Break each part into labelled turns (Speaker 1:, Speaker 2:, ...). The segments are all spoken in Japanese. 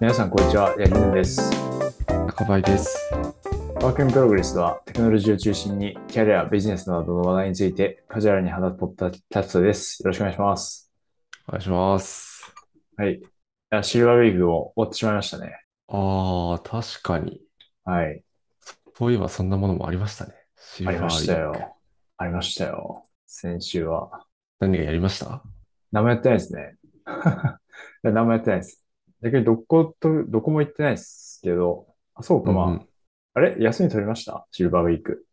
Speaker 1: 皆さん、こんにちは。ヤギヌンです。
Speaker 2: 高林です。
Speaker 1: ワークインプログレスは、テクノロジーを中心に、キャリア、ビジネスなどの話題について、カジュアルに話すポッドキャストです。よろしくお願いします。
Speaker 2: お願いします。
Speaker 1: はい。いやシルバーウィークも終わってしまいましたね。
Speaker 2: ああ、確かに。
Speaker 1: はい。
Speaker 2: そういえばそんなものもありましたね。シル
Speaker 1: あ
Speaker 2: バー
Speaker 1: り
Speaker 2: ウィー
Speaker 1: ま
Speaker 2: ク
Speaker 1: したよ。ありましたよ。先週は。
Speaker 2: 何がやりました
Speaker 1: 何もやってないですね。 いや何もやってないです。逆にどこと、どこも行ってないですけど、あそうか、まあ、
Speaker 2: うんうん
Speaker 1: あれ休み取りましたシルバーウィーク。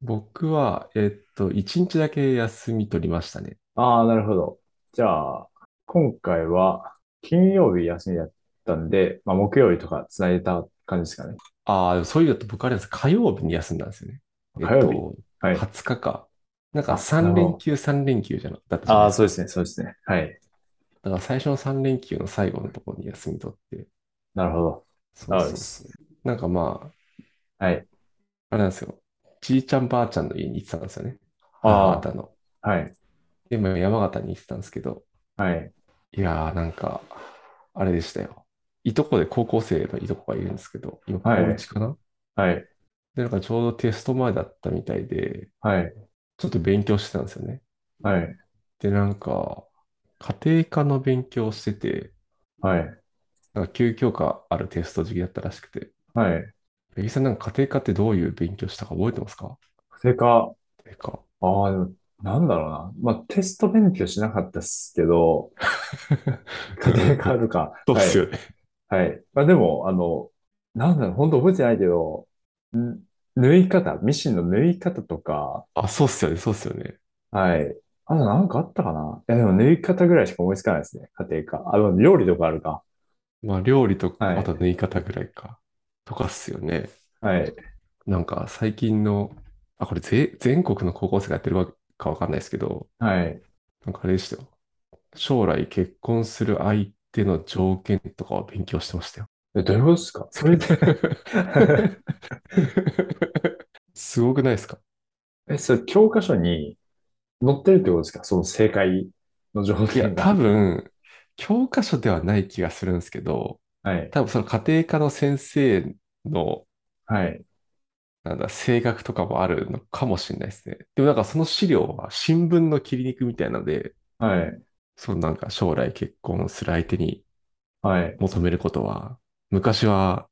Speaker 2: 僕は、えっと、一日だけ休み取りましたね。
Speaker 1: ああ、なるほど。じゃあ、今回は金曜日休みだったんで、まあ、木曜日とか繋いでた感じですかね。
Speaker 2: ああ、でもそういうのと僕あれです。火曜日に休んだんですよね。えっ
Speaker 1: 火曜日
Speaker 2: と、
Speaker 1: はい
Speaker 2: 20日か。なん
Speaker 1: あ
Speaker 2: か3
Speaker 1: なるほ
Speaker 2: 連
Speaker 1: ど
Speaker 2: 休3連休じゃなだったじゃな
Speaker 1: あ
Speaker 2: いで
Speaker 1: あ、
Speaker 2: す
Speaker 1: そうですね、そうですね。はい。
Speaker 2: か。だから最初の3連休の最後のところに休み取って。
Speaker 1: なるほど。
Speaker 2: そうそう
Speaker 1: そ
Speaker 2: そう。なんかまあ、
Speaker 1: はい。
Speaker 2: あれなんですよ。じいちゃんばあちゃんの家に行ってたんですよね。
Speaker 1: あー
Speaker 2: 母方の。
Speaker 1: はい。
Speaker 2: で、まあ山形に行ってたんですけど、
Speaker 1: はい。
Speaker 2: いやーなんか、あれでしたよ。いとこで高校生のいとこがいるんですけど、今高
Speaker 1: はい
Speaker 2: 1かな、
Speaker 1: はい。
Speaker 2: で、なんかちょうどテスト前だったみたいで、
Speaker 1: はい。
Speaker 2: ちょっと勉強してたんですよね。
Speaker 1: はい。
Speaker 2: で、なんか、家庭科の勉強をしてて、
Speaker 1: はい。
Speaker 2: なんか9教科あるテスト時期だったらしくて、
Speaker 1: はい。
Speaker 2: 八木さんなんか家庭科ってどういう勉強したか覚えてますか
Speaker 1: それか、
Speaker 2: 家庭科。
Speaker 1: ああ、でも、なんだろうな。まあ、テスト勉強しなかったっすけ ど、家庭科とか、
Speaker 2: そうっ
Speaker 1: はい。
Speaker 2: すよね。
Speaker 1: はい。まあでも、あの、なんだろう、本当覚えてないけど、ん縫い方、ミシンの縫い方とか、
Speaker 2: あ、そうっすよね、そうっすよね。
Speaker 1: はい。あとなんかあったかないやでも縫い方ぐらいしか思いつかないですね。家庭科。あ、でも料理とかあるか。
Speaker 2: まあ、料理とか、
Speaker 1: はい
Speaker 2: あと縫い方ぐらいか。とかっすよね。
Speaker 1: はい。
Speaker 2: なんか最近の、あ、これぜ全国の高校生がやってるわかわかんないですけど、
Speaker 1: はい。
Speaker 2: なんかあれでしたよ。将来結婚する相手の条件とかを勉強してましたよ。
Speaker 1: え、どういうことですかそれ で
Speaker 2: すごくないですか
Speaker 1: え、それ教科書に載ってるってことですかその正解の条
Speaker 2: いや、
Speaker 1: 件
Speaker 2: 多
Speaker 1: が。
Speaker 2: 分、教科書ではない気がするんですけど、
Speaker 1: はい。
Speaker 2: 多分その家庭科の先生の、
Speaker 1: はい。
Speaker 2: なんだ、性格とかもあるのかもしれないですね。でもなんかその資料は新聞の切り抜きみたいなので、
Speaker 1: はい。
Speaker 2: そのなんか将来結婚する相手に
Speaker 1: はい。
Speaker 2: 求めることは、昔は、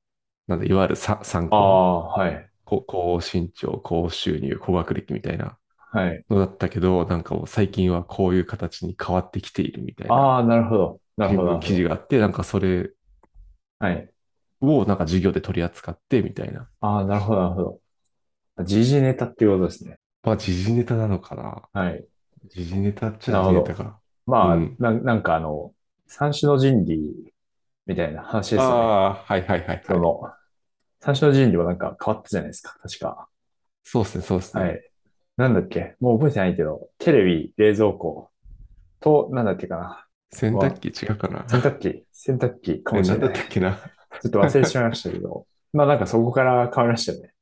Speaker 2: なんだ、いわゆるさ参
Speaker 1: あ
Speaker 2: 考、
Speaker 1: あ、はい。
Speaker 2: こ高身長、高収入、高学歴みたいな
Speaker 1: はい。
Speaker 2: のだったけど、なんかもう最近はこういう形に変わってきているみたいな
Speaker 1: ああ、なるほど。なる
Speaker 2: 新
Speaker 1: ほど、なる
Speaker 2: 聞
Speaker 1: ほ
Speaker 2: 記事があって、なんかそれ
Speaker 1: ど。はい。
Speaker 2: をなんか授業で取り扱ってみたいな。
Speaker 1: ああ、なるほど、なるほど。あ時事ネタっていうことですね。
Speaker 2: まあ、時事ネタなのかな。
Speaker 1: はい。
Speaker 2: 時事ネタっちゃ
Speaker 1: な
Speaker 2: 時
Speaker 1: るほ
Speaker 2: 事
Speaker 1: ど
Speaker 2: ネタか。
Speaker 1: まあ、
Speaker 2: うん
Speaker 1: な、なんかあの、三種の神器みたいな話ですよね。
Speaker 2: ああ、はいはいはい、
Speaker 1: そ
Speaker 2: はい。
Speaker 1: の、三種の神器はなんか変わったじゃないですか、確か。
Speaker 2: そうですね、そうですね。
Speaker 1: はい。なんだっけもう覚えてないけど、テレビ、冷蔵庫と、なんだっけかな。
Speaker 2: 洗濯機違うかな。
Speaker 1: 洗濯機、洗濯機かもしれ
Speaker 2: 何だ
Speaker 1: な
Speaker 2: っ
Speaker 1: い。ち
Speaker 2: たっけな。
Speaker 1: ょっと忘れてしまいましたけど、 まあなんかそこから変わりましたよね。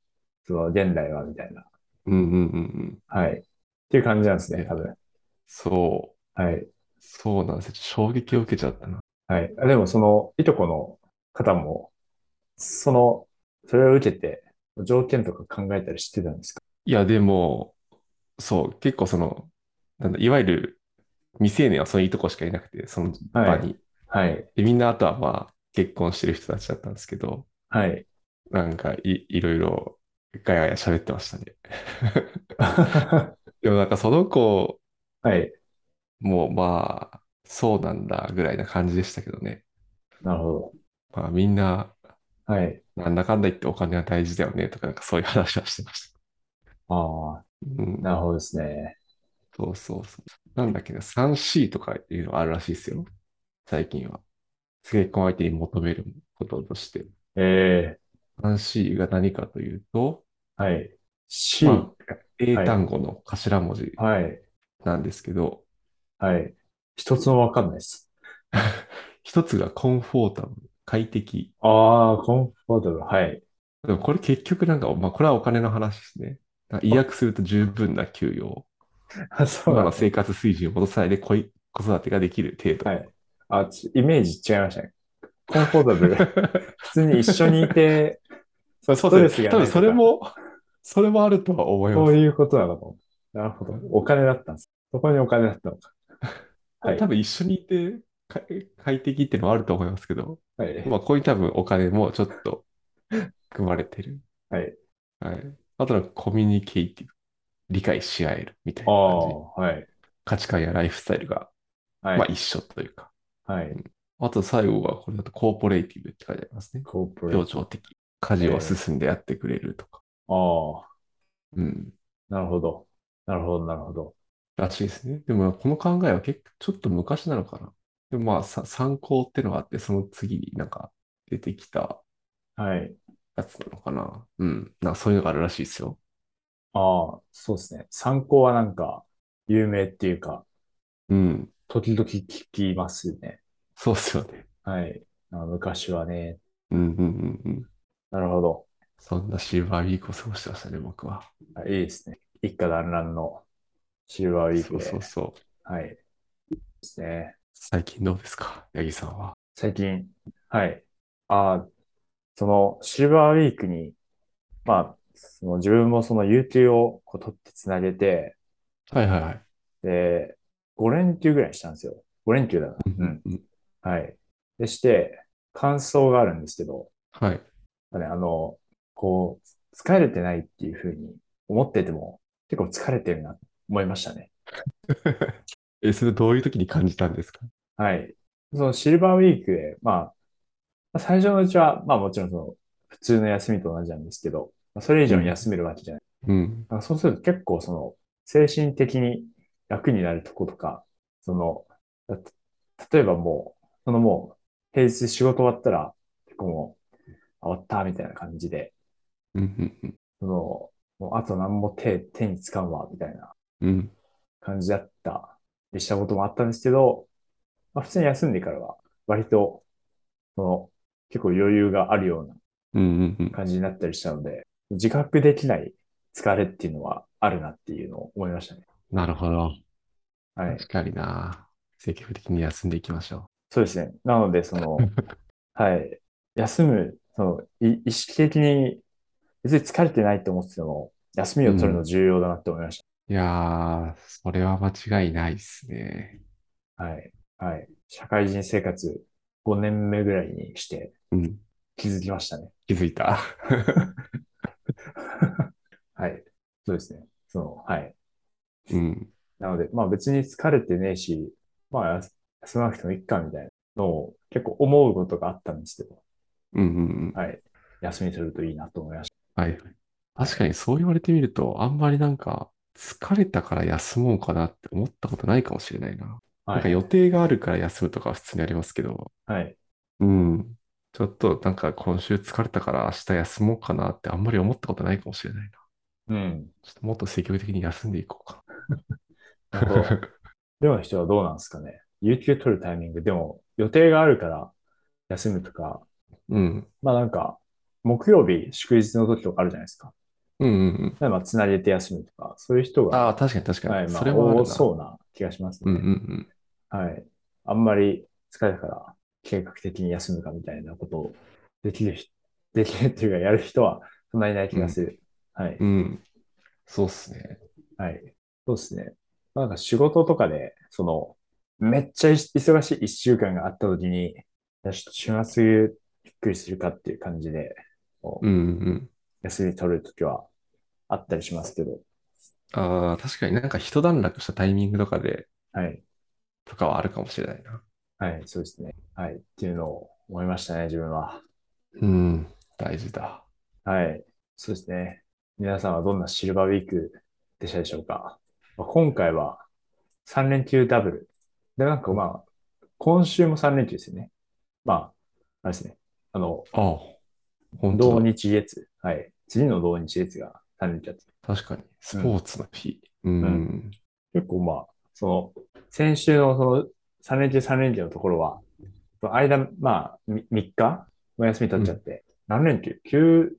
Speaker 1: その、現代はみたいな。
Speaker 2: うんうんうんうん。
Speaker 1: はい。っていう感じなんですね、多分。
Speaker 2: そう。
Speaker 1: はい。
Speaker 2: そうなんですよ。衝撃を受けちゃったな。
Speaker 1: はい。あでもその、いとこの方も、その、それを受けて、条件とか考えたりしてたんですか
Speaker 2: いや、でも、そう、結構その、なんだ、いわゆる未成年はそのいとこしかいなくて、その場に。
Speaker 1: はい。
Speaker 2: で、みんなあとはまあ、結婚してる人たちだったんですけど、
Speaker 1: はい。
Speaker 2: なんかい、いろいろガヤガヤ喋ってましたね。 でもなんかその子
Speaker 1: はい。
Speaker 2: もまあ、そうなんだぐらいな感じでしたけどね。
Speaker 1: なるほ
Speaker 2: まあみんな、
Speaker 1: ど。はい。
Speaker 2: なんだかんだ言ってお金は大事だよねとか、なんかそういう話はしてました。
Speaker 1: ああ、
Speaker 2: うん、
Speaker 1: なるほどですね。
Speaker 2: そうそうそう。なんだっけな、3C とかいうのがあるらしいですよ。最近は。結婚相手に求めることとして。
Speaker 1: え
Speaker 2: 3C が何かというと、
Speaker 1: えはい。C。
Speaker 2: まあ、英
Speaker 1: はい
Speaker 2: 単語の頭文字
Speaker 1: はい。
Speaker 2: なんですけど、
Speaker 1: はい。一つもわかんないです。
Speaker 2: 一つがコンフォータブル、快適。
Speaker 1: ああ、コンフォートブル。はい。
Speaker 2: でもこれ結局なんか、まあこれはお金の話ですね。だから意訳すると十分な給与、
Speaker 1: あ、そうな
Speaker 2: 今
Speaker 1: ん
Speaker 2: の
Speaker 1: だ。
Speaker 2: 生活水準を戻さないで子い子育てができる程度。
Speaker 1: はいあ、ちイメージ違いましたね。コンフォータブル。 普通に一緒にいて、
Speaker 2: そう
Speaker 1: ストレスがない
Speaker 2: 多分それも、それもあるとは思い
Speaker 1: こ
Speaker 2: ま
Speaker 1: う
Speaker 2: す。
Speaker 1: いうことなのかも。なるほど。お金だったんです。そこにお金だったのか。はい
Speaker 2: 多分一緒にいてか快適っていうのはあると思いますけど、
Speaker 1: はい。
Speaker 2: まあ、こういう多分お金もちょっと 組まれてる。
Speaker 1: はい。
Speaker 2: はい。あとなんかコミュニケイティブ。理解し合えるみたい
Speaker 1: あ
Speaker 2: な
Speaker 1: あ
Speaker 2: 感じ。、
Speaker 1: はい。
Speaker 2: 価値観やライフスタイルが、
Speaker 1: はい。
Speaker 2: まあ一緒というか。
Speaker 1: はい。
Speaker 2: あと最後はこれだとコーポレーティブって書いてありますね。
Speaker 1: コーポレー
Speaker 2: 協
Speaker 1: ト。
Speaker 2: 調的。家事を進んでやってくれるとか。
Speaker 1: あ
Speaker 2: うん。
Speaker 1: あ、なるほど。なるほど、なるほど。
Speaker 2: らしいですね。でもこの考えは結構ちょっと昔なのかな。でもまあさ参考ってのがあって、その次になんか出てきた
Speaker 1: はい。
Speaker 2: やつなのかな。うん。なんかそういうのがあるらしいですよ。
Speaker 1: ああ、そうですね。参考はなんか、有名っていうか、
Speaker 2: うん。
Speaker 1: 時々聞きますね。
Speaker 2: そうっすよね。
Speaker 1: はい。あ昔はね。
Speaker 2: うんうんうんうん。
Speaker 1: なるほど。
Speaker 2: そんなシルバーウィークを過ごしてましたね、僕は。
Speaker 1: あいいですね。一家団らんのシルバーウィー
Speaker 2: そ
Speaker 1: ク
Speaker 2: う
Speaker 1: で。
Speaker 2: そうそう。
Speaker 1: はい。ですね。
Speaker 2: 最近どうですか、八木さんは。
Speaker 1: 最近、はい。ああ、その、シルバーウィークに、まあ、その自分もその有給をこう取ってつなげて、
Speaker 2: はいはいはい。
Speaker 1: で、5連休ぐらいしたんですよ。5連休だな。うん。
Speaker 2: うん。
Speaker 1: はい。でして、感想があるんですけど、
Speaker 2: はい。
Speaker 1: まあね、あの、こう、疲れてないっていうふうに思ってても、結構疲れてるな、思いましたね。
Speaker 2: え、それどういう時に感じたんですか
Speaker 1: はい。そのシルバーウィークで、まあ、まあ最初のうちは、まあもちろんその、普通の休みと同じなんですけど、まあそれ以上に休めるわけじゃない。
Speaker 2: うん。
Speaker 1: なんかそうすると結構その、精神的に楽になるとことか、その、だ例えばもう、そのもう、平日仕事終わったら、結構もう、あ終わったみたいな感じで、
Speaker 2: うんうん
Speaker 1: その、もうあと何も手、手につかんわ、みたいな
Speaker 2: うん。うん。
Speaker 1: 感じだったりしたこともあったんですけど、まあ、普通に休んでからは、割と、その、結構余裕があるような
Speaker 2: うんうんうん。
Speaker 1: 感じになったりしたので、自覚できない疲れっていうのはあるなっていうのを思いましたね。
Speaker 2: なるほど。
Speaker 1: はい。
Speaker 2: 確かにな。積極的に休んでいきましょ
Speaker 1: そうですね。なので、そ の、はい。休む、その、い意識的に、別に疲れてないと思ってても、休みを取るの重要だなって思いまし
Speaker 2: う。いやー、それは間違いないですね。
Speaker 1: た。はい。はい。社会人生活5年目ぐらいにして
Speaker 2: うん。
Speaker 1: 気づきましたね。
Speaker 2: 気づいた。
Speaker 1: はい。そうですね。その、はい。
Speaker 2: うん。
Speaker 1: なので、まあ別に疲れてねえし、まあ休休まなくてもいいかみたいなのを結構思うことがあったんですけど、
Speaker 2: うんうんうん。
Speaker 1: はい。休み取るといいなと思いまし
Speaker 2: はい。確かにそう言われてみると、あんまりなんか、疲れたから休もうかなって思ったことないかもしれないな。
Speaker 1: た。
Speaker 2: な
Speaker 1: は
Speaker 2: んか
Speaker 1: い。
Speaker 2: 予定があるから休むとかは普通にありますけど、
Speaker 1: はい。
Speaker 2: うん。ちょっとなんか今週疲れたから明日休もうかなってあんまり思ったことないかもしれない
Speaker 1: う
Speaker 2: な。
Speaker 1: ん。
Speaker 2: ちょっともっと積極的に休んでいこうか
Speaker 1: なるほど。寮の人はどうなんですかね。有給取るタイミング、でも予定があるから休むとか、
Speaker 2: な。 うん。
Speaker 1: まあなんか、木曜日、祝日の時とかあるじゃないですか。
Speaker 2: うんうんうん。
Speaker 1: まあつなげて休むとか、そういう人が、
Speaker 2: ああ、確かに確かに。
Speaker 1: はい、ま
Speaker 2: それ
Speaker 1: あ
Speaker 2: はある
Speaker 1: 多
Speaker 2: な。
Speaker 1: そうな気がします
Speaker 2: うん
Speaker 1: ね
Speaker 2: うん。うん。
Speaker 1: はい。あんまり疲れたから計画的に休むかみたいなことをできる人、 できるっていうかやる人はそんなにいない気がする。はい。
Speaker 2: うん。そうっすね。
Speaker 1: はい。そうですね。なんか仕事とかで、その、めっちゃ忙しい一週間があった時に、いやちょっと週末ゆっくりするかっていう感じで、こう
Speaker 2: うんうん
Speaker 1: 休み取るときはあったりしますけど。
Speaker 2: うん。ああ、確かになんか一段落したタイミングとかで、
Speaker 1: はい。
Speaker 2: とかはあるかもしれないな。
Speaker 1: はい。そうですね。はい。っていうのを思いましたね、自分は。
Speaker 2: うん、大事だ。
Speaker 1: はい。そうですね。皆さんはどんなシルバーウィークでしたでしょうか。まあ、今回は3連休ダブル。で、なんかまあ、今週も3連休ですよね。まあ、あれですね。あの、
Speaker 2: ああ、本
Speaker 1: 同
Speaker 2: 当だ。
Speaker 1: 日月。はい。次の同日月が3連休だった。
Speaker 2: 確かに。スポーツの日。うん。
Speaker 1: ん結構まあ、その、先週のその3連休3連休のところは、その間、まあ、み3日お休み取っちゃって、何連休 ?9、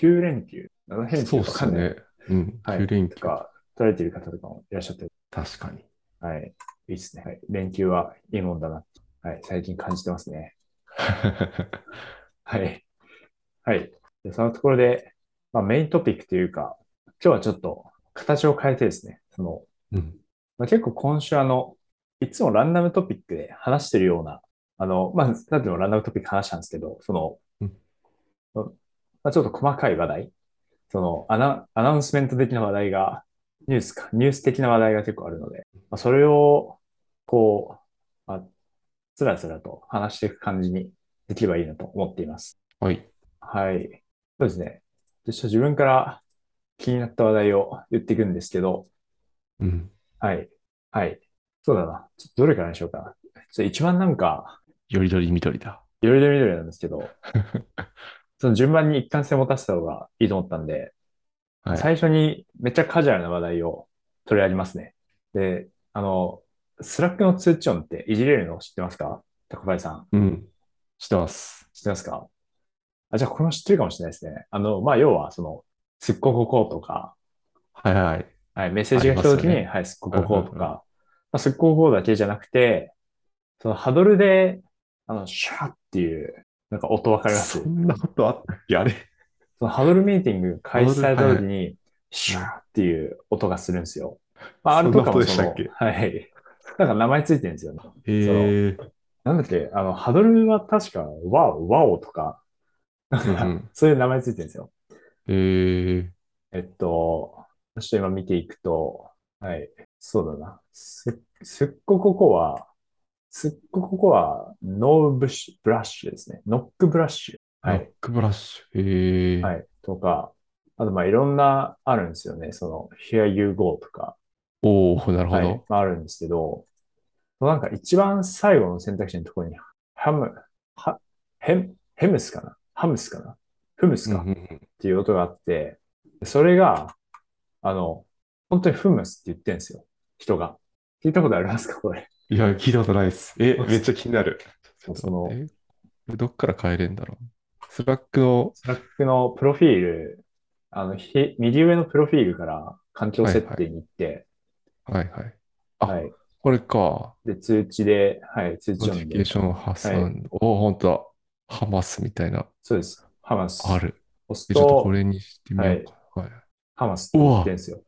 Speaker 1: 9連休 ?7 連休
Speaker 2: そうっ
Speaker 1: わか
Speaker 2: す
Speaker 1: んない。
Speaker 2: ね。うん。
Speaker 1: はい
Speaker 2: 9連休
Speaker 1: と。か、取れてる方とかもいらっしゃって、
Speaker 2: 確か に。
Speaker 1: はい。いいですね。はい。連休はいいもんだな。はい。最近感じてますね。はい。はい。でそのところで、まあ、メイントピックというか、今日はちょっと形を変えてですね、その、
Speaker 2: うん。
Speaker 1: まあ、結構今週あの、いつもランダムトピックで話してるような、あの、まあ、さっきもランダムトピック話したんですけど、その、
Speaker 2: うん
Speaker 1: まあ、ちょっと細かい話題、そのアナ、アナウンスメント的な話題が、ニュースか、ニュース的な話題が結構あるので、まあ、それを、こう、まあ、つらつらと話していく感じにできればいいなと思っています。
Speaker 2: はい。
Speaker 1: はい。そうですね。でちょっと自分から気になった話題を言っていくんですけど、
Speaker 2: うん。
Speaker 1: はい。はい。そうだな。ちょっとどれからにしようかな。ちょっと一番なんか、
Speaker 2: よりどり緑だ。
Speaker 1: いろいろ緑なんですけど、 その順番に一貫性を持たせた方がいいと思ったんで、
Speaker 2: はい
Speaker 1: 最初にめっちゃカジュアルな話題を取り上げますね。で、あの、スラックの通知音っていじれるの知ってますか高林さん。
Speaker 2: うん。知ってます。
Speaker 1: 知ってますかあ、じゃあこの知ってるかもしれないですね。あの、まあ、要は、その、すっごここうとか、
Speaker 2: はいはい。
Speaker 1: はい、メッセージが来た時
Speaker 2: ありますよ
Speaker 1: に、
Speaker 2: ね
Speaker 1: はい、すっごここうと
Speaker 2: うんうんう
Speaker 1: か、
Speaker 2: ん
Speaker 1: まあ、すっごこうだけじゃなくて、そのハドルで、あの、シャーっていう、なんか音わかります
Speaker 2: そんなことあったっけあ れ。
Speaker 1: そのハドルミーティング開始された時
Speaker 2: ハド
Speaker 1: に、シャーっていう音がするんですよ。まあ、あれ
Speaker 2: そん
Speaker 1: と
Speaker 2: な
Speaker 1: かも
Speaker 2: 音でし
Speaker 1: そ
Speaker 2: た
Speaker 1: の
Speaker 2: っけ、
Speaker 1: はい。なんか名前ついてるんですよね。
Speaker 2: へえ。
Speaker 1: なんだっけ、あの、ハドルは確か、ワオ、ワオとか、
Speaker 2: うん うん
Speaker 1: そういう名前ついてるんですよ。
Speaker 2: へえ。
Speaker 1: えっと、ちょっと今見ていくと、はい、そうだな。す、すっごここは、すっごここは、ノーブシブラッシュですね。ノックブラッシュ。は
Speaker 2: バッ
Speaker 1: い。
Speaker 2: クブラッシュ。へえ。
Speaker 1: はい。とか、あと、まあ、いろんなあるんですよね。その、Here you go とか、
Speaker 2: おおなるほ
Speaker 1: はい。
Speaker 2: ど。
Speaker 1: まあ、あるんですけど、なんか一番最後の選択肢のところに、ハム、は、ヘム、ヘムスかなハムスかなフムス
Speaker 2: うん
Speaker 1: か
Speaker 2: うんうん
Speaker 1: っていう音があって、それが、あの、本当にフムスって言ってるんですよ。人が。聞いたことあります かこれ。
Speaker 2: いや、聞いたことないです。 え、めっちゃ気になる。
Speaker 1: そうその
Speaker 2: え、これどっから変えれんだろう。スラックの、
Speaker 1: スラックのプロフィール、あの、ひ右上のプロフィールから環境設定に行って、
Speaker 2: はいはい。
Speaker 1: は
Speaker 2: はいいこれか。
Speaker 1: で、通知で、はい、通知
Speaker 2: ノ
Speaker 1: 読
Speaker 2: テ
Speaker 1: ん
Speaker 2: ィフ
Speaker 1: で
Speaker 2: ィケー。ション挟んで、おお、ほんとだ。ハマスみたいな、
Speaker 1: そうです。ハマス。
Speaker 2: ある。
Speaker 1: 押す
Speaker 2: えちょっと
Speaker 1: と
Speaker 2: こ、れにしてみようか。はい。
Speaker 1: ハマスって言ってるんですよ。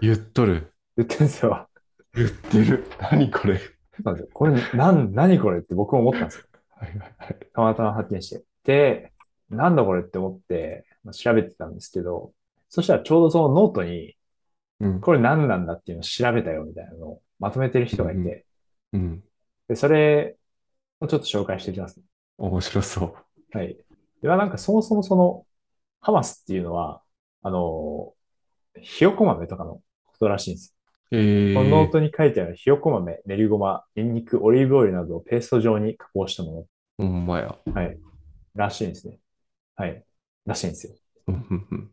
Speaker 2: 言っとる。
Speaker 1: 言ってるんですよ。
Speaker 2: 言ってる。何これ。
Speaker 1: そうなんですよこれ、なん、何これって僕も思ったんですよ。
Speaker 2: はいはいはい。
Speaker 1: たまたま発見して。で、なんだこれって思って、まあ調べてたんですけど、そしたらちょうどそのノートに、
Speaker 2: うん。
Speaker 1: これ何なんだっていうのを調べたよみたいなのをまとめてる人がい
Speaker 2: うんう
Speaker 1: て、
Speaker 2: うん。
Speaker 1: で、それをちょっと紹介していきますね。
Speaker 2: 面白そう。
Speaker 1: はい。では、なんかそもそもその、ハマスっていうのは、あの、ひよこ豆とかのことらしいんです
Speaker 2: え
Speaker 1: よ。このノートに書いてあるひよこ豆、練りごま、ニンニク、オリーブオイルなどをペースト状に加工したも
Speaker 2: ほんまや。
Speaker 1: の、はい。らしいんですね。はい。らしいんですよ。
Speaker 2: うんうんうん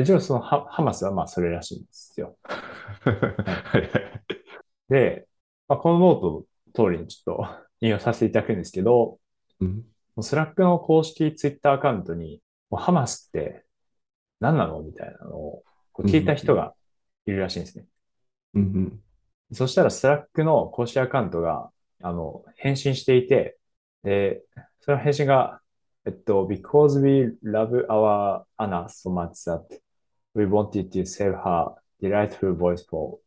Speaker 1: 一応そのハ、ハマスはまあそれらしいんですよ。
Speaker 2: はいはい。
Speaker 1: で、まあ、このノートの通りにちょっと 引用させていただくんですけど、
Speaker 2: うん。
Speaker 1: スラックの公式ツイッターアカウントに、もうハマスって何なのみたいなのをこう聞いた人がいるらしいんですね。
Speaker 2: うんうん。
Speaker 1: そしたらスラックの公式アカウントが、あの、返信していて、で、その返信が、えっと、because we love our Anna so much that we wanted to save her delightful voice for、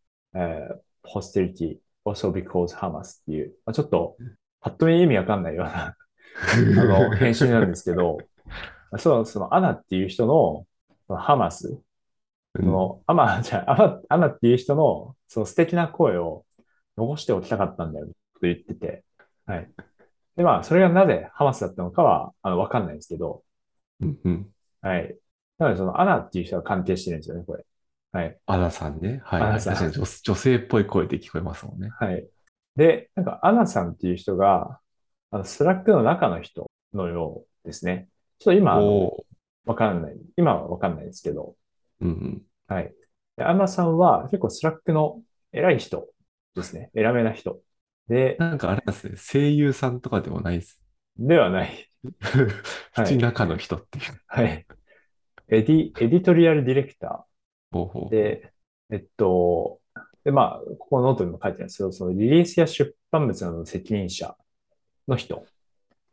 Speaker 1: posterity, also because Hamas っていう、まあ、ちょっと、パッと見意味わかんないようなあの、返信なんですけど、 そう、その、アナっていう人の、そのハマス、その、アマ、 じゃあアマ、アナっていう人の、その素敵な声を残しておきたかったんだよ、と言ってて、はい。で、まあ、それがなぜハマスだったのかは、あの、わかんないんですけど、
Speaker 2: うんうん。
Speaker 1: はい。なので、その、アナっていう人が関係してるんですよね、これ。はい。
Speaker 2: アナさんね。はい。
Speaker 1: アナさん
Speaker 2: 確かに女女性っぽい声で聞こえますもんね。
Speaker 1: はい。で、なんか、アナさんっていう人が、あの、スラックの中の人のようですね。ちょっと今、あの
Speaker 2: おー
Speaker 1: わかんない。今はわかんないですけど、
Speaker 2: うんうん。
Speaker 1: はい。でアンナさんは結構スラックの偉い人ですね。偉めな人。で、
Speaker 2: なんかあれなんですね。声優さんとかでもないです。
Speaker 1: ではない。
Speaker 2: 普通に中の人っていう。
Speaker 1: はい。エディ、エディトリアルディレクタ
Speaker 2: ほうほ
Speaker 1: ー
Speaker 2: う。
Speaker 1: で、えっと、で、まあ、ここのノートにも書いてあるんですけど、そのリリースや出版物などの責任者の人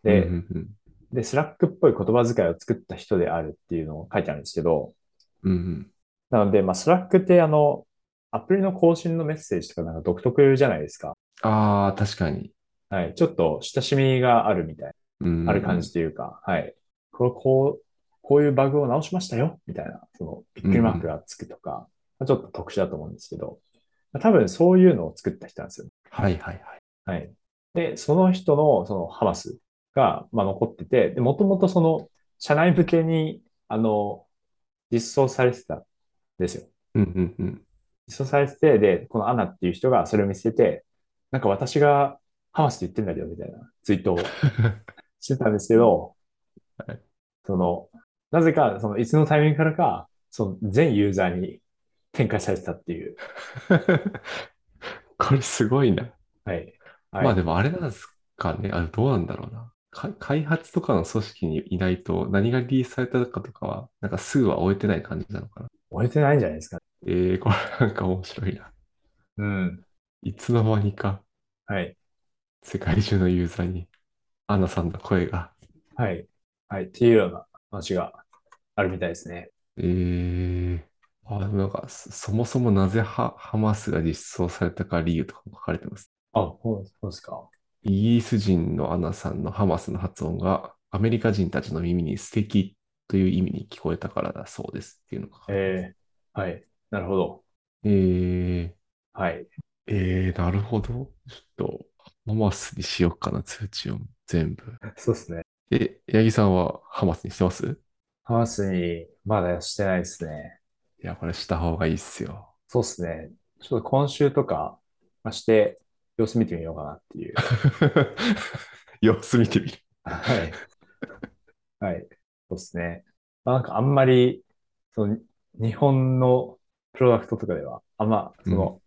Speaker 1: で、
Speaker 2: うんうん
Speaker 1: で、スラックっぽい言葉遣いを作った人であるっていうのを書いてあるんですけど、
Speaker 2: うんうん
Speaker 1: なので、まあ、スラックってあの、アプリの更新のメッセージとかなんか独特じゃないですか。
Speaker 2: ああ、確かに。
Speaker 1: はい。ちょっと親しみがあるみたい
Speaker 2: うん
Speaker 1: な、ある感じというか、はい。これこう、こういうバグを直しましたよ、みたいな、その、びっくりマークがつくとか、まあちょっと特殊だと思うんですけど、まあ多分そういうのを作った人なんですよ。
Speaker 2: はいはいはい。
Speaker 1: はい。で、その人の、その、ハマスが、まあ、残ってて、で、もともとその、社内向けに、あの、実装されてたんですよ。
Speaker 2: うんうんうん。
Speaker 1: 実装されてて、で、このアナっていう人がそれを見せて、なんか私がハマスって言ってんだけど、みたいなツイー トをしてたんですけど、
Speaker 2: はい
Speaker 1: その、なぜか、その、いつのタイミングからか、その、全ユーザーに展開されてたっていう。
Speaker 2: これすごいな。
Speaker 1: はい。はい。
Speaker 2: まあでもあれなんですかね。あれどうなんだろうな。か開発とかの組織にいないと何がリリースされたかとかは、なんかすぐは終えてない感じなのかな。
Speaker 1: 終えてないんじゃないですか。
Speaker 2: ええこれなんか面白いな。
Speaker 1: うん。
Speaker 2: いつの間にか
Speaker 1: はい。
Speaker 2: 世界中のユーザーにアナさんの声が。
Speaker 1: はい。はい。っていうような話があるみたいですね。
Speaker 2: ええあ、でもなんかそ、そもそもなぜハ、ハマスが実装されたか理由とかも書かれてます。
Speaker 1: あ、そうそうですか。
Speaker 2: イギリス人のアナさんのハマスの発音がアメリカ人たちの耳に素敵という意味に聞こえたからだそうですっていうのが書かれてます。
Speaker 1: えー、はい。なるほど。
Speaker 2: え
Speaker 1: はい。
Speaker 2: ー、えー、なるほど。ちょっと、ハマスにしようかな、通知を全部。
Speaker 1: そうですね。
Speaker 2: え、八木さんはハマスにしてます
Speaker 1: ハマスにまだしてないですね。
Speaker 2: いや、これした方がいいっすよ。
Speaker 1: そうですね。ちょっと今週とか、まあ、して、様子見てみようかなっていう。
Speaker 2: 様子見てみる。
Speaker 1: はい。 はい。そうですね。まあ、なんかあんまり、その、日本のプロダクトとかでは、あんま、その、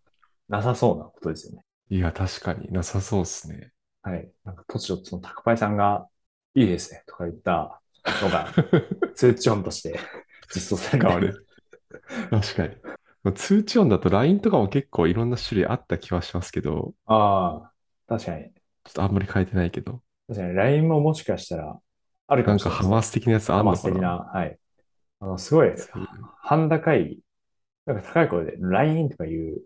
Speaker 1: なさそうなことですよね。
Speaker 2: いや、確かになさそうっすね。
Speaker 1: はい。なんか突如、その、宅配さんが、いいですね、とか言ったの が、通知音として実装され
Speaker 2: 変
Speaker 1: た
Speaker 2: わる。確かに。まあ通知音だと LINE とかも結構いろんな種類あった気はしますけど、
Speaker 1: ああ、確かに。
Speaker 2: ちょっとあんまり変えてないけど、
Speaker 1: 確かに、LINE ももしかしたら、あるか
Speaker 2: な
Speaker 1: も
Speaker 2: ん
Speaker 1: しれ
Speaker 2: か
Speaker 1: ない
Speaker 2: ハマス的なやつあん
Speaker 1: ま
Speaker 2: の
Speaker 1: あ
Speaker 2: か
Speaker 1: 素敵
Speaker 2: な。
Speaker 1: な、はい。あの、すごい、半高い、なんか高い声で、LINE とかいう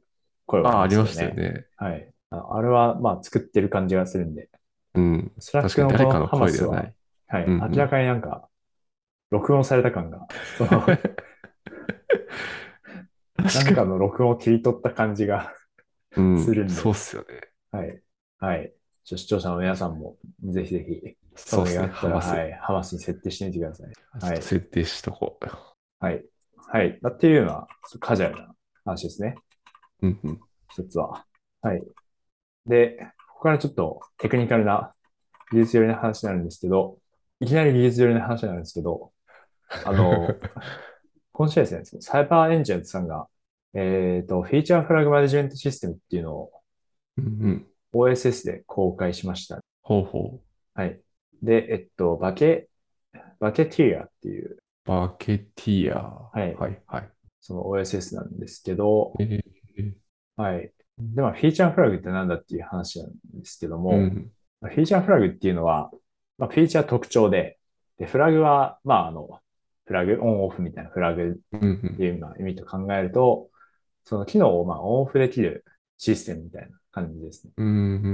Speaker 1: 声
Speaker 2: ああ、
Speaker 1: が
Speaker 2: ありま
Speaker 1: し
Speaker 2: したよ。ね。
Speaker 1: はい。あのあれは、まあ、作ってる感じがするんで、
Speaker 2: うん。
Speaker 1: スラッ
Speaker 2: 確
Speaker 1: ク
Speaker 2: かに
Speaker 1: の
Speaker 2: 誰
Speaker 1: こ
Speaker 2: か
Speaker 1: の
Speaker 2: の
Speaker 1: ハマ
Speaker 2: 声
Speaker 1: ス
Speaker 2: では
Speaker 1: は、
Speaker 2: な
Speaker 1: はい
Speaker 2: い。、うんうん
Speaker 1: 明らかになんか、録音された感が、 その、なん
Speaker 2: 確か
Speaker 1: かの録音を切り取った感じが、
Speaker 2: に。うん
Speaker 1: するんで
Speaker 2: そうっすよね。
Speaker 1: はい。はい。ちょ視聴者の皆さんも、ぜひぜひ、
Speaker 2: そうっす
Speaker 1: 興味があ
Speaker 2: ね。
Speaker 1: った
Speaker 2: ハ
Speaker 1: ら
Speaker 2: マス。
Speaker 1: はい、ハマスに設定してみてください。
Speaker 2: ちょっと設定しとこう。
Speaker 1: はい。はい。だっていうような、カジュアルな話ですね。
Speaker 2: うんうん。
Speaker 1: 一つは。はい。で、ここからちょっとテクニカルな技術寄りな話になるんですけど、いきなり技術寄りな話になるんですけど、あ の、今週はですね、そのサイバーエンジェントさんが、えっ、と、フィーチャーフラグマネジメントシステムっていうのを
Speaker 2: うんうん。
Speaker 1: OSS で公開しました。
Speaker 2: ほうほう。
Speaker 1: はい。で、えっと、バケ、バケティアっていう、
Speaker 2: バケティア。
Speaker 1: い
Speaker 2: はいはい。
Speaker 1: その OSS なんですけど、
Speaker 2: えー
Speaker 1: はい。で、まあ、フィーチャーフラグってなんだっていう話なんですけども、
Speaker 2: うん
Speaker 1: フィーチャーフラグっていうのは、まあ、フィーチャー特徴で、で、フラグは、まあ、あの、フラグ、オンオフみたいなフラグ
Speaker 2: うん
Speaker 1: っていうまあ意味と考えると、その機能をまあオンオフできるシステムみたいな感じですね。
Speaker 2: うんうん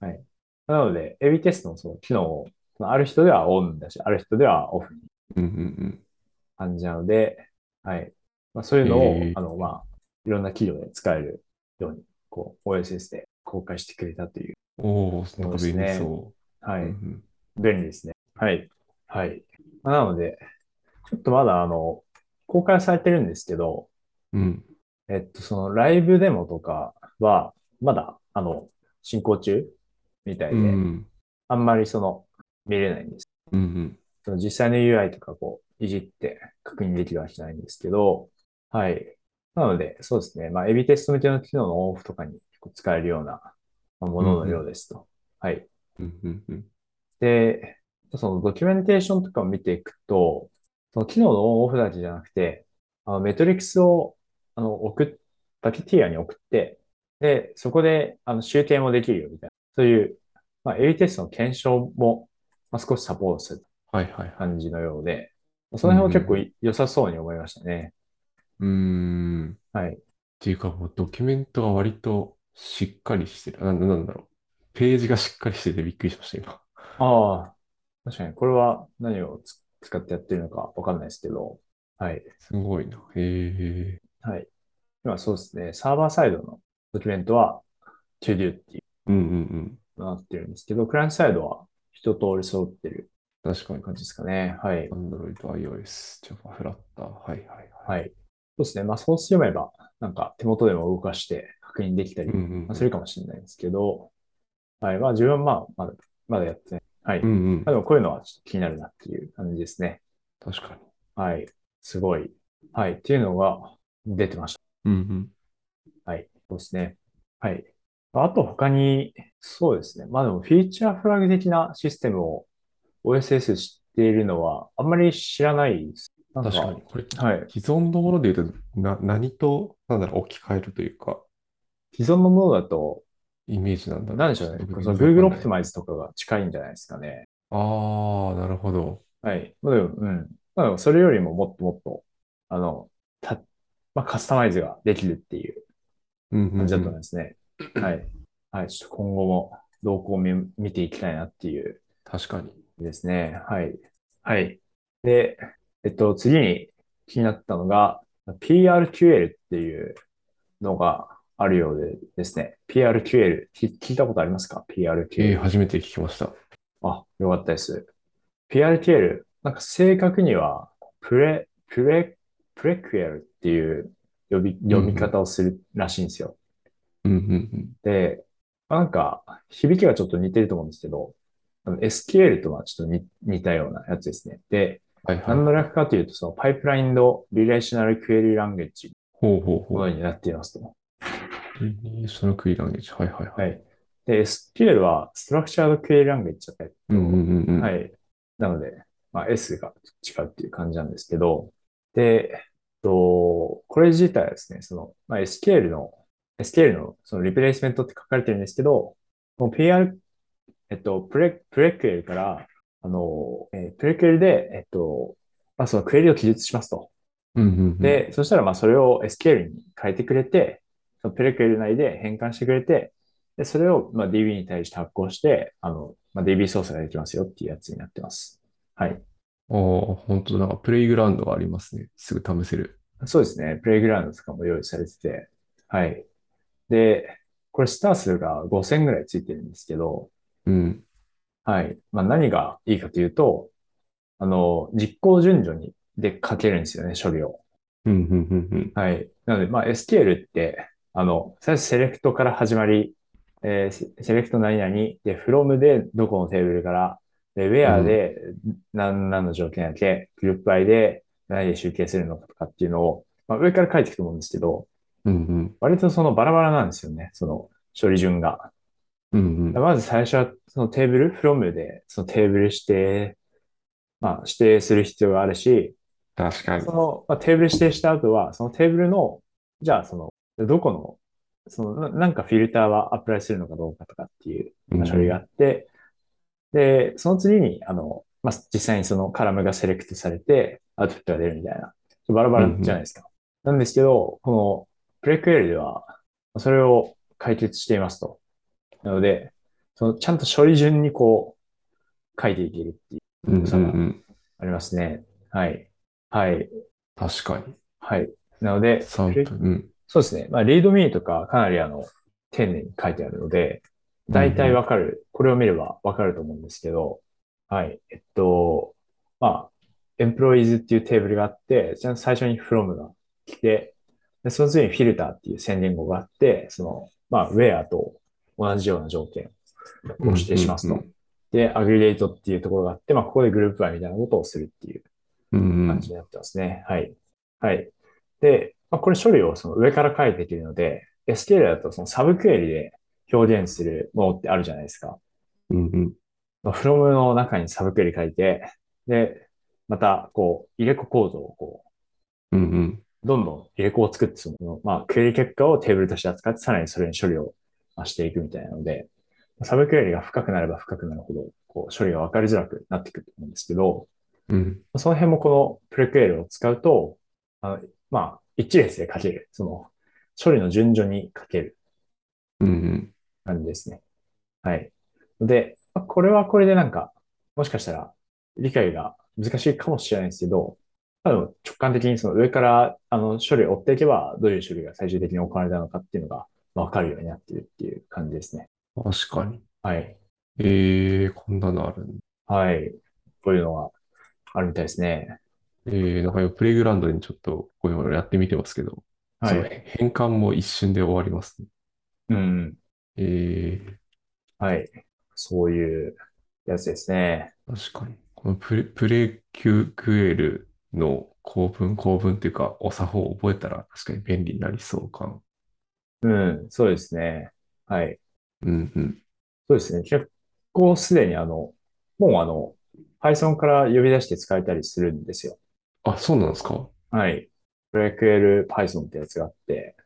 Speaker 2: うん
Speaker 1: なので、エビテストのその機能を、まあある人ではオンだし、ある人ではオフに
Speaker 2: うんうん
Speaker 1: 感じなので、はい。まあ、そういうのを、
Speaker 2: へー
Speaker 1: あの、まあ、いろんな企業で使えるように、こう、OSS で公開してくれたという、
Speaker 2: うん。おお、なんか
Speaker 1: そうです
Speaker 2: 便利
Speaker 1: ね
Speaker 2: そ
Speaker 1: は
Speaker 2: う。
Speaker 1: い。
Speaker 2: うんうん
Speaker 1: 便利ですね。はい。はい。まあなので、ちょっとまだあの、公開されてるんですけど、
Speaker 2: うん。
Speaker 1: えっと、そのライブデモとかは、まだ、あの、進行中みたいうで、
Speaker 2: ん
Speaker 1: あんまりその、見れないんです。
Speaker 2: うんうん。
Speaker 1: その実際の UI とかこう、いじって確認できるわけじゃないんですけど、はい。なので、そうですね。まあ、エビテスト向けの機能のオンオフとかに使えるようなまあもののようですと。はい。
Speaker 2: うんうんうん。
Speaker 1: で、そのドキュメンテーションとかを見ていくと、その機能のオンオフだけじゃなくて、あのメトリックスをあの送っ、バケティアに送って、で、そこであの集計もできるよみたいな、そういう、まあ、A テストの検証もまあ、少しサポートする
Speaker 2: はいはいはい。
Speaker 1: 感じのようで、まあその辺は結構い良さそうに思いましたね。
Speaker 2: うーん。
Speaker 1: はい。
Speaker 2: っていうか、もうドキュメントが割としっかりしてる。なん、なんだろう。ページがしっかりしててびっくりしました、今。
Speaker 1: ああ、確かにこれは何をつ使ってやってるのかわかんないですけど、はい。
Speaker 2: すごいな。へえ。
Speaker 1: はい。今そうですね、サーバーサイドのドキュメントは To Do っていう
Speaker 2: うんうん
Speaker 1: のになってるんですけど、クライアントサイドは一通り揃ってる
Speaker 2: うん。確かに。
Speaker 1: 感じですかね。はい。
Speaker 2: Android、iOS、Java、フラッター。はいはいは
Speaker 1: はい。そうですね。まあそうすれば、なんか手元でも動かして確認できた
Speaker 2: い。
Speaker 1: り
Speaker 2: うんうん
Speaker 1: まあするかもしれないんですけど、はい。まあ自分はまあ、まだ、まだやってない。はい。
Speaker 2: うん。うんうん
Speaker 1: まあ、でもこういうのはちょっと気になるなっていう感じですね。
Speaker 2: 確かに。
Speaker 1: はい。すごい。はい。っていうのが出てました。
Speaker 2: うん
Speaker 1: はい。そうですね。はい。あと他に、そうですね。まあでもフィーチャーフラグ的なシステムを OSS 知っているのはあんまり知らないです。な
Speaker 2: う。
Speaker 1: んんか
Speaker 2: 確かに。これ、
Speaker 1: はい。
Speaker 2: 既存のもので言うと、な、何と、なんだろう、置き換えるというか、
Speaker 1: 既存のものだと、
Speaker 2: イメージなんだろう。
Speaker 1: なんでしょうね。
Speaker 2: ちょっと
Speaker 1: その
Speaker 2: 僕よく
Speaker 1: Google
Speaker 2: わ
Speaker 1: Optimize
Speaker 2: かんない
Speaker 1: とかが近いんじゃないですかね。
Speaker 2: ああ、なるほど。
Speaker 1: はい。まあでも、うん。まあでもそれよりももっともっと、あの、た、まあカスタマイズができるっていう
Speaker 2: うんうんうん
Speaker 1: 感じだと思いますね。はい。はい。ちょっと今後も動向を見、見ていきたいなっていう
Speaker 2: 確かに。
Speaker 1: ですね。はい。はい。で、えっと、次に気になったのが、PRQL っていうのがあるようでですね。PRQL、き聞いたことありますか ?PRQL
Speaker 2: ええ、。初めて聞きました。
Speaker 1: あ、よかったです。PRTL、なんか正確には、プレ、プレ、プレクエルっていう呼び、読み方をするらしいんですよ。
Speaker 2: うんうん
Speaker 1: で、まあなんか、響きがちょっと似てると思うんですけど、あの SQL とはちょっと似似たようなやつですね。で、
Speaker 2: うん。はい
Speaker 1: 何
Speaker 2: はい。
Speaker 1: の略かというと、そのパイプラインドリレーショナルクエリーランゲージ
Speaker 2: ほうほうほ
Speaker 1: のよ
Speaker 2: う。
Speaker 1: うになっていますと。
Speaker 2: そのクイーランゲージ。はいはいはい。
Speaker 1: はい。で、SQL はストラクチャードクエリーランゲージだったり
Speaker 2: うんうんうんうん。。
Speaker 1: はいい。なので、まあ、S が違うっていう感じなんですけど、で、えっと、これ自体はですね、その、まあ、SQL の、SQL のそのリプレイスメントって書かれてるんですけど、この PR、えっと、プレ、プレクエルから、あの、えープレクエルで、えっと、まあ、そのクエリを記述しますと。
Speaker 2: うんうんうん。、
Speaker 1: で、そしたら、まあ、それを SQL に変えてくれて、そのプレクエル内で変換してくれて、で、それを、まあ、DB に対して発行して、あの、まあ、DB 操作ができますよっていうやつになってます。はい。
Speaker 2: ああ、本当だ。なんかプレイグラウンドがありますね。すぐ試せる。
Speaker 1: そうですね。プレイグラウンドとかも用意されてて、はい。で、これスター数が5000ぐらいついてるんですけど、
Speaker 2: うん。
Speaker 1: はい。まあ、何がいいかというと、あの、実行順序に、で書けるんですよね、処理を。
Speaker 2: うんうんうんうん。
Speaker 1: はい。なので、まあ、SQL って、あの、最初セレクトから始まり、えーセセレクト何々、で、from でどこのテーブルから、で、where で何、何の条件だけ、グループ by で何で集計するのかとかっていうのを、まあ、上から書いていくと思うんですけど、
Speaker 2: うんうん。
Speaker 1: 割とそのバラバラなんですよね、その処理順が。
Speaker 2: うんうん。
Speaker 1: まず最初はそのテーブル、from でそのテーブル指定、まあ、指定する必要があるし、
Speaker 2: 確かに
Speaker 1: そ。の、まあ、テーブル指定した後は、そのテーブルの、じゃあその、どこの、その、ななんかフィルターはアプライするのかどうかとかっていうまあ処理があって、で、その次に、あの、まあ、実際にそのカラムがセレクトされて、アウトプットが出るみたいな、バラバラじゃないですか。なんですけど、このプレクエルでは、それを解決していますと。なので、そのちゃんと処理順にこう、書いていけるっていう、
Speaker 2: うんうんうん。
Speaker 1: ありますね。はい。はい。
Speaker 2: 確かに。
Speaker 1: はい。なので、
Speaker 2: 三
Speaker 1: プレ
Speaker 2: 分。うん。
Speaker 1: そうですね。まあ、リードミーとかかなりあの、丁寧に書いてあるので、大体わかる。これを見ればわかると思うんですけど、はい。えっと、まあ、エンプロイズっていうテーブルがあって、じゃあ最初に from が来て、で、その次にフィルターっていう宣言語があって、その、まあ、where と同じような条件を指定します
Speaker 2: う
Speaker 1: と
Speaker 2: ん。
Speaker 1: で、アグリゲートっていうところがあって、まあ、ここでグループバイみたいなことをするっていう
Speaker 2: うんう
Speaker 1: 感
Speaker 2: ん。
Speaker 1: じになってますね。はい。はい。で、まあ、これ処理をその上から書いていけるので、SQL だとそのサブクエリで表現するものってあるじゃないですか。
Speaker 2: うんうん。
Speaker 1: まあ、from の中にサブクエリ書いて、で、また、こう、入れ子構造をこ
Speaker 2: うんうん。
Speaker 1: う、どんどん入れ子を作って、その、まあ、クエリ結果をテーブルとして扱って、さらにそれに処理をまあしていくみたいなので、サブクエリが深くなれば深くなるほど、こう処理が分かりづらくなってくると思うんですけど、
Speaker 2: うん。
Speaker 1: その辺もこのプレクエルを使うと、あの、まあ、一列で書ける。その、処理の順序に書ける
Speaker 2: うんうん。
Speaker 1: 感じですね。はい。で、まあこれはこれでなんか、もしかしたら理解が難しいかもしれないですけど、まあでも直感的にその上からあの処理を追っていけば、どういう処理が最終的に行われたのかっていうのがまあわかるようになっているっていう感じですね。
Speaker 2: 確かに。
Speaker 1: はい。
Speaker 2: ええこんなのあるんだ。
Speaker 1: はい。こういうのがあるみたいですね。
Speaker 2: ええなんか今プレイグラウンドにちょっとこういうのやってみてますけど、
Speaker 1: は
Speaker 2: その
Speaker 1: い。
Speaker 2: 変換も一瞬で終わりますね。
Speaker 1: うん。
Speaker 2: ええ
Speaker 1: はい。そういうやつですね。
Speaker 2: 確かに。このプレ、プレキュクエルの構文、構文っていうか、お作法を覚えたら確かに便利になりそうか。
Speaker 1: うん。そうですね。はい。
Speaker 2: うんうん。
Speaker 1: そうですね。結構すでにあの、もうあの、Python から呼び出して使えたりするんですよ。
Speaker 2: あ、そうなんですか。
Speaker 1: はい。PreQL Python ってやつがあって、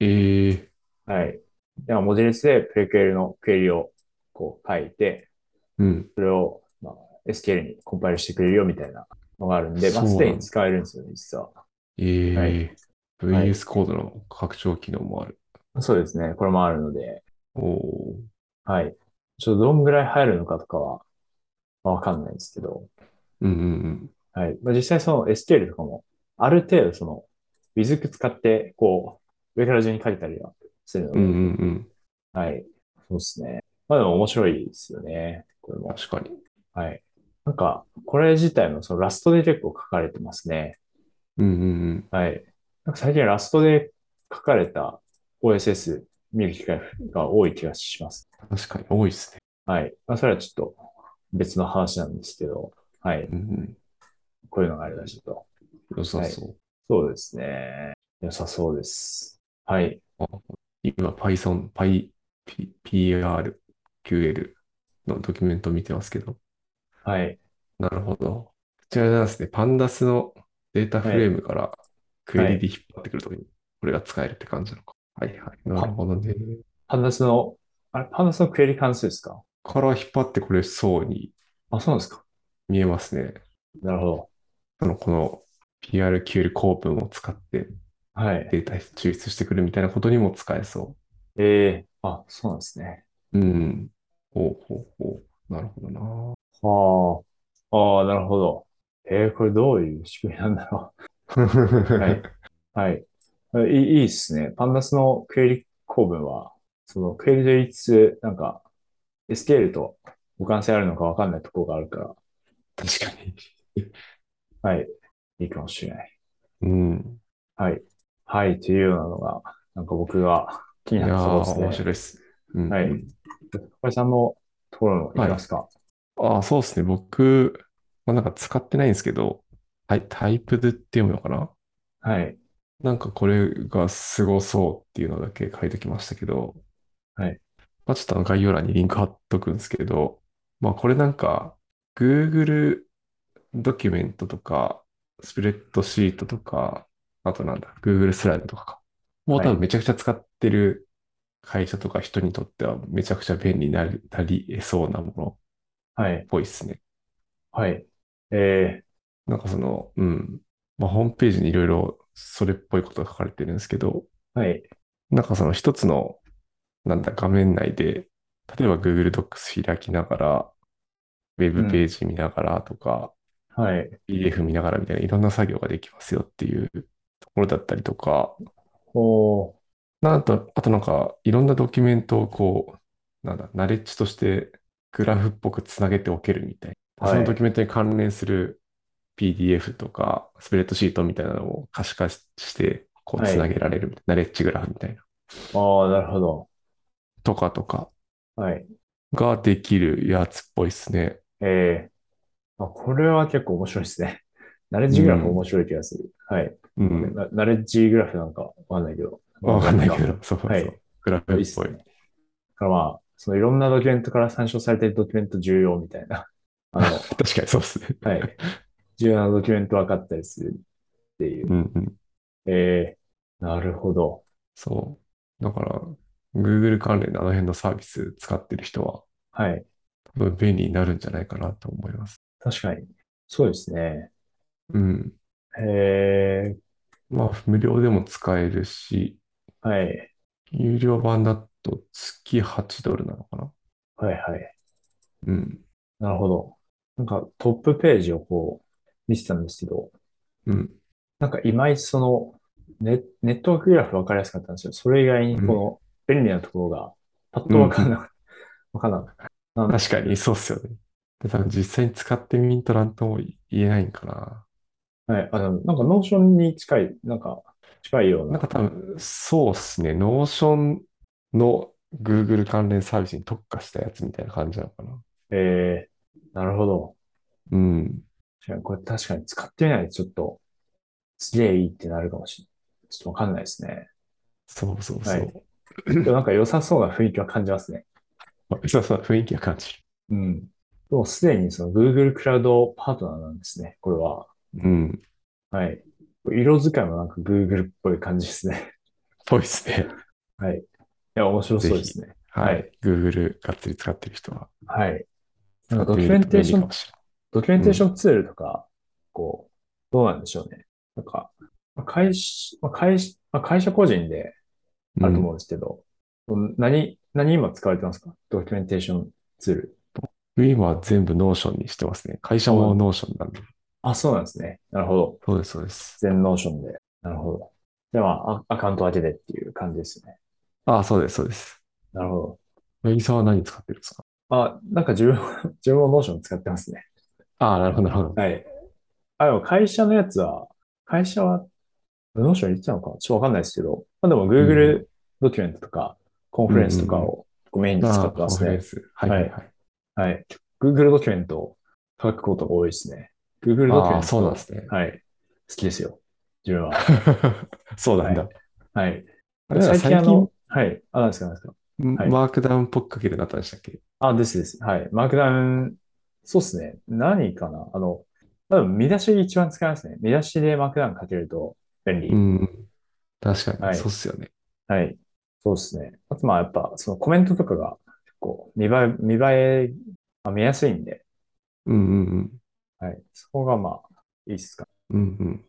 Speaker 2: ええ
Speaker 1: はい。では、文字列で PreQL のクエリをこう書いて、
Speaker 2: うん。
Speaker 1: それを、まあ、SQL にコンパイルしてくれるよみたいなのがあるんで、まあ、すでに使えるんですよね、実は。
Speaker 2: え
Speaker 1: は
Speaker 2: え VS コードの拡張機能もある。
Speaker 1: そうですね。これもあるので、
Speaker 2: おお。
Speaker 1: はい。ちょっとどんぐらい入るのかとかは、まあわかんないですけど、
Speaker 2: うんうん
Speaker 1: はい。まあ、実際その SQL とかも、ある程度その、w i z 使って、こう、上から順に書いたりはするの
Speaker 2: う
Speaker 1: で、
Speaker 2: ん。うんうんうん。
Speaker 1: はい。そうですね。まあでも面白いですよね。これも。
Speaker 2: 確かに。
Speaker 1: はい。なんか、これ自体もそのラストで結構書かれてますね。
Speaker 2: うんうんうん。
Speaker 1: はい。なんか最近ラストで書かれた OSS 見る機会が多い気がします。
Speaker 2: 確かに多いですね。
Speaker 1: はい。まあそれはちょっと別の話なんですけど、はい。
Speaker 2: うん
Speaker 1: こういうのがあるらしいと。
Speaker 2: うん。良さそう。
Speaker 1: そうですね。良さそうです。はい。
Speaker 2: あ今 Python、Py、P、PR、QL のドキュメント見てますけど。
Speaker 1: はい。
Speaker 2: なるほど。こちらなんですね。パンダスのデータフレームからクエリで引っ張ってくるときに、これが使えるって感じなのか。はいはい。なるほどね。
Speaker 1: パンダスの、あれ、パンダスのクエリ関数ですか
Speaker 2: から引っ張ってこれそうに
Speaker 1: あ、そうなんですか。
Speaker 2: 見えますね。
Speaker 1: なるほど。
Speaker 2: その、この PRQL 構文を使って
Speaker 1: はい。
Speaker 2: データ抽出してくるみたいなことにも使えそ
Speaker 1: ええあ、そうなんですね。
Speaker 2: う。うん。ほうほうほう。なるほどな。
Speaker 1: はあ。ああ、なるほど。ええこれどういう仕組みなんだろう。はい。 はい。いい、いいですね。パンダスのクエリ構文は、そのクエリと言いつつ、なんか、SQL と互換性あるのかわかんないところがあるか
Speaker 2: 確かに。
Speaker 1: ら、はい。いいかもしれない。
Speaker 2: うん。
Speaker 1: はい。はい。というようなのが、なんか僕が気に
Speaker 2: い
Speaker 1: なっ
Speaker 2: や
Speaker 1: たところです
Speaker 2: ー、面
Speaker 1: ね。
Speaker 2: 白いです。うん
Speaker 1: はい
Speaker 2: うん
Speaker 1: 小林さんのところのいきますか。
Speaker 2: ああ、そうですね。僕、まあ、なんか使ってないんですけど、タイ、タイプドって読むのかな
Speaker 1: はい。
Speaker 2: なんかこれがすごそうっていうのだけ書いておきましたけど、
Speaker 1: はい。
Speaker 2: まあ、ちょっとあの概要欄にリンク貼っとくんですけど、まあこれなんか Google ドキュメントとか、スプレッドシートとか、あとなんだ、Google スライドとかか。もう多
Speaker 1: は
Speaker 2: 分めちゃくちゃ使ってる会社とか人にとってはめちゃくちゃ便利になり、なり得そうなもの
Speaker 1: はい
Speaker 2: っ。ぽいですね。
Speaker 1: はい。え
Speaker 2: なんかその、うん。まあ、ホームページにいろいろそれっぽいことが書かれてるんですけど、
Speaker 1: ー、はい。
Speaker 2: なんかその一つの、なんだ、画面内で、例えば Google Docs 開きながら、ウェブページ見ながらとか、
Speaker 1: はい。
Speaker 2: PDF 見ながらみたいないろんな作業ができますよっていうところだったりとか、
Speaker 1: おー、
Speaker 2: なんと、あとなんか、いろんなドキュメントをこう、なんだ、ナレッジとしてグラフっぽくつなげておけるみたいな。
Speaker 1: はい
Speaker 2: そのドキュメントに関連する PDF とか、スプレッドシートみたいなのを可視化しして、こう、
Speaker 1: はい
Speaker 2: つなげられるみたいな、ナレッジグラフみたいな。
Speaker 1: ああ、なるほど。
Speaker 2: とかとか
Speaker 1: はい。
Speaker 2: ができるやつっぽいですね。
Speaker 1: えー、あ、これは結構面白いですね。ナレッジグラフ面白い気がする。はい。
Speaker 2: うん。
Speaker 1: なナレッジグラフなんかわかんないけど。
Speaker 2: わかんないけ
Speaker 1: なん
Speaker 2: ど、そうそう
Speaker 1: は
Speaker 2: そう
Speaker 1: い。
Speaker 2: グラフ
Speaker 1: か。
Speaker 2: っ
Speaker 1: いいっす
Speaker 2: ぽい。
Speaker 1: ね。だからまあ、そのいろんなドキュメントから参照されているドキュメント重要みたいな。 あの、
Speaker 2: 確かにそうですね。
Speaker 1: はい。重要なドキュメント分かったりするっていう。
Speaker 2: うんうん。
Speaker 1: えー、なるほど。
Speaker 2: そう。だから、Google 関連のあの辺のサービス使ってる人は、
Speaker 1: はい。
Speaker 2: 便利になるんじゃないかなと思います。
Speaker 1: 確かに。そうですね。
Speaker 2: うん。
Speaker 1: へえ、
Speaker 2: まあ、無料でも使えるし、
Speaker 1: はい。
Speaker 2: 有料版だと月8ドルなのかな
Speaker 1: はいはい。
Speaker 2: うん。
Speaker 1: なるほど。なんかトップページをこう見てたんですけど、
Speaker 2: うん。
Speaker 1: なんかいまいちそのネ、ネットワークグラフ分かりやすかったんですよ。それ以外にこの便利なところがパッと分かんなく、分かんなく
Speaker 2: 確かに、そうっすよね。で、多分実際に使ってみんとなんとも言えないんかな。
Speaker 1: はい。あ、でもなんかノーションに近い、なんか近いよう
Speaker 2: なん
Speaker 1: な。
Speaker 2: か多分、そうっすね。ノーションの Google 関連サービスに特化したやつみたいな感じなのかな。
Speaker 1: えー、なるほど。
Speaker 2: うん。
Speaker 1: 確かにこれ確かに使ってみないとちょっと、すげえいいってなるかもしれない。ちょっとわかんないですね。
Speaker 2: そうそう
Speaker 1: は
Speaker 2: そ。
Speaker 1: いうでもなんか良さそうな雰囲気は感じますね。
Speaker 2: まあそうそう、雰囲気は感じ
Speaker 1: うん。もうすでにその Google クラウドパートナーなんですね。これは。
Speaker 2: る。うん。
Speaker 1: はい。色使いもなんか Google っぽい感じですね。
Speaker 2: ぽいっすね。
Speaker 1: はい。いや、面白そうですね。
Speaker 2: は。
Speaker 1: はい
Speaker 2: Google がっつり使ってる人は
Speaker 1: はい。なん
Speaker 2: 使
Speaker 1: かド
Speaker 2: って
Speaker 1: キ
Speaker 2: み
Speaker 1: ュメ
Speaker 2: る
Speaker 1: ン
Speaker 2: と
Speaker 1: テー
Speaker 2: 便利
Speaker 1: ショ
Speaker 2: か
Speaker 1: ン
Speaker 2: もし
Speaker 1: ドキュメンテーションツールとか、こう、どうなんでしょうね。なんか、まあ会社、まあ会社、まあ会社個人で
Speaker 2: れ
Speaker 1: あ
Speaker 2: な
Speaker 1: ると
Speaker 2: い。うん
Speaker 1: 思うんですけど、何、何今使われてますかドキュメンテーションツール。
Speaker 2: 今は全部ノーションにしてますね。会社もノーションなんで。
Speaker 1: あ、そうなんですね。なるほど。
Speaker 2: そうです、そうです。
Speaker 1: 全ノーションで。なるほど。では、あアカウント開けてっていう感じですね。
Speaker 2: ああ、そうです、そうです。
Speaker 1: なるほ
Speaker 2: 八木さんは何使ってるんですか
Speaker 1: ど。あ、なんか自 分は、自分もノーション使ってますね。
Speaker 2: ああ、なるほど、なるほど。
Speaker 1: はい。あ、でも会社のやつは、会社は、ノーション入れてたのかちょっとわかんないですけど、まあでも Google ドキュメントとか、コンフレンスとかをこうメインに使ってます
Speaker 2: ああコンフレ
Speaker 1: ね
Speaker 2: ン。スはいはいはい。
Speaker 1: はい。Google ドキュメントを書くことが多いですね。Google ドキュメ
Speaker 2: あ
Speaker 1: ン
Speaker 2: あ、
Speaker 1: ト。
Speaker 2: そうなんですね。
Speaker 1: はい。好きですよ。自分は。
Speaker 2: そうなんだ。
Speaker 1: はい。
Speaker 2: あれ
Speaker 1: 最近あの
Speaker 2: 最近、、
Speaker 1: はい。あ、なんですか、なんですか。はい
Speaker 2: マークダウンっぽく書けるようになったんでしたっけ
Speaker 1: あ、ですです。はい。マークダウン、そうですね。何かなあの、多分見出しが一番使いますね。見出しでマークダウン書けると便利。
Speaker 2: うん。確かに、
Speaker 1: はい
Speaker 2: そうっすよね。
Speaker 1: はい。そうですね。あと、まあ、やっぱ、そのコメントとかが、結構、見栄え、見栄え、まあ、見やすいんで、
Speaker 2: うんうん
Speaker 1: はい。そこが、まあ、いいっすか。
Speaker 2: うん。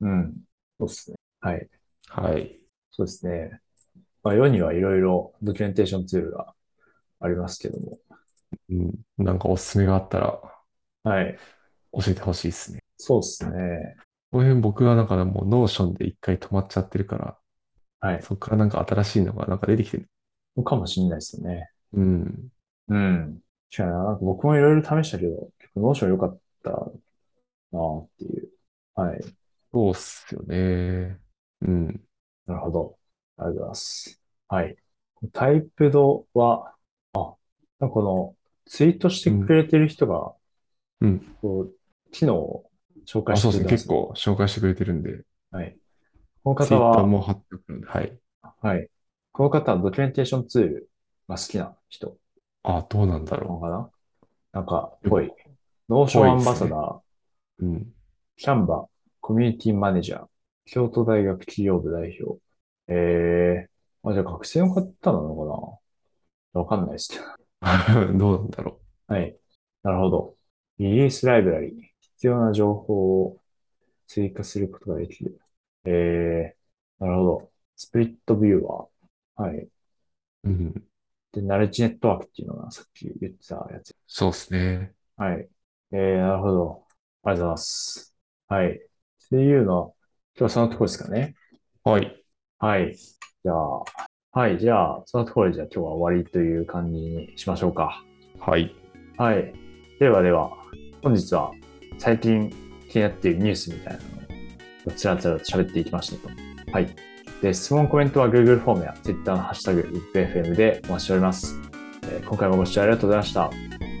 Speaker 2: うんうん。
Speaker 1: うん。そうですね。はい。
Speaker 2: はい。
Speaker 1: そうですね。まあ、世にはいろいろドキュメンテーションツールがありますけども。
Speaker 2: うん。なんかおすすめがあったら
Speaker 1: はい。
Speaker 2: 教えてほしいですね。
Speaker 1: そうですね。
Speaker 2: この辺僕はなんかもうノーションで一回止まっちゃってるから、
Speaker 1: はい。
Speaker 2: そこからなんか新しいのがなんか出てきてる。
Speaker 1: かもしれないですよね。
Speaker 2: うん。
Speaker 1: うん。違うな。なんか僕もいろいろ試したけど、結構ノーション良かったなっていう。はい。
Speaker 2: そうっすよね。うん。
Speaker 1: なるほど。ありがとうございます。はい。タイプドは、あ、なんかこの、ツイートしてくれてる人が、
Speaker 2: うん。
Speaker 1: こう、機能を紹介
Speaker 2: あ、
Speaker 1: して
Speaker 2: そう
Speaker 1: く
Speaker 2: で
Speaker 1: れ
Speaker 2: す
Speaker 1: て
Speaker 2: ね。
Speaker 1: ま
Speaker 2: 結
Speaker 1: すね。
Speaker 2: 構紹介してくれてるんで、
Speaker 1: はい。この
Speaker 2: ツイ
Speaker 1: 方
Speaker 2: ッター
Speaker 1: は、
Speaker 2: も貼ってくるんで、はい。
Speaker 1: はい。この方はドキュメンテーションツールが好きな人
Speaker 2: あ、どうなんだ
Speaker 1: なの
Speaker 2: ろ
Speaker 1: かななんか、
Speaker 2: う。
Speaker 1: ぽい。ノーションアンバサダー、
Speaker 2: うん。
Speaker 1: キャンバ、コミュニティマネージャー、京都大学企業部代表。えー、あ、じゃあ学生の方なのかなわかんないですけど。
Speaker 2: どうなんだろ
Speaker 1: はい。なるほど。リリースライブラリー。必要な情報を追加することができる。えー、なるほど。スプリットビューワー。はい。
Speaker 2: う。うん。
Speaker 1: で、ナレッジネットワークっていうのがさっき言ってたやつ。
Speaker 2: そうですね。
Speaker 1: はい。えー、なるほど。ありがとうございます。はい。っていうのは、今日はそのところですかね。
Speaker 2: はい。
Speaker 1: はい。じゃあ、はい。じゃあ、そのところでじゃあ今日は終わりという感じにしましょうか。
Speaker 2: はい。
Speaker 1: はい。ではでは、本日は最近気になっているニュースみたいなのをつらつらと喋っていきましたと。はい。で、質問、コメントは Google フォームや Twitter のハッシュタグ、IPFM でお待ちしております、えー今回もご視聴ありがとうございました。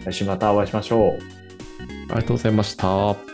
Speaker 1: 来週またお会いしましょう。
Speaker 2: ありがとうございました。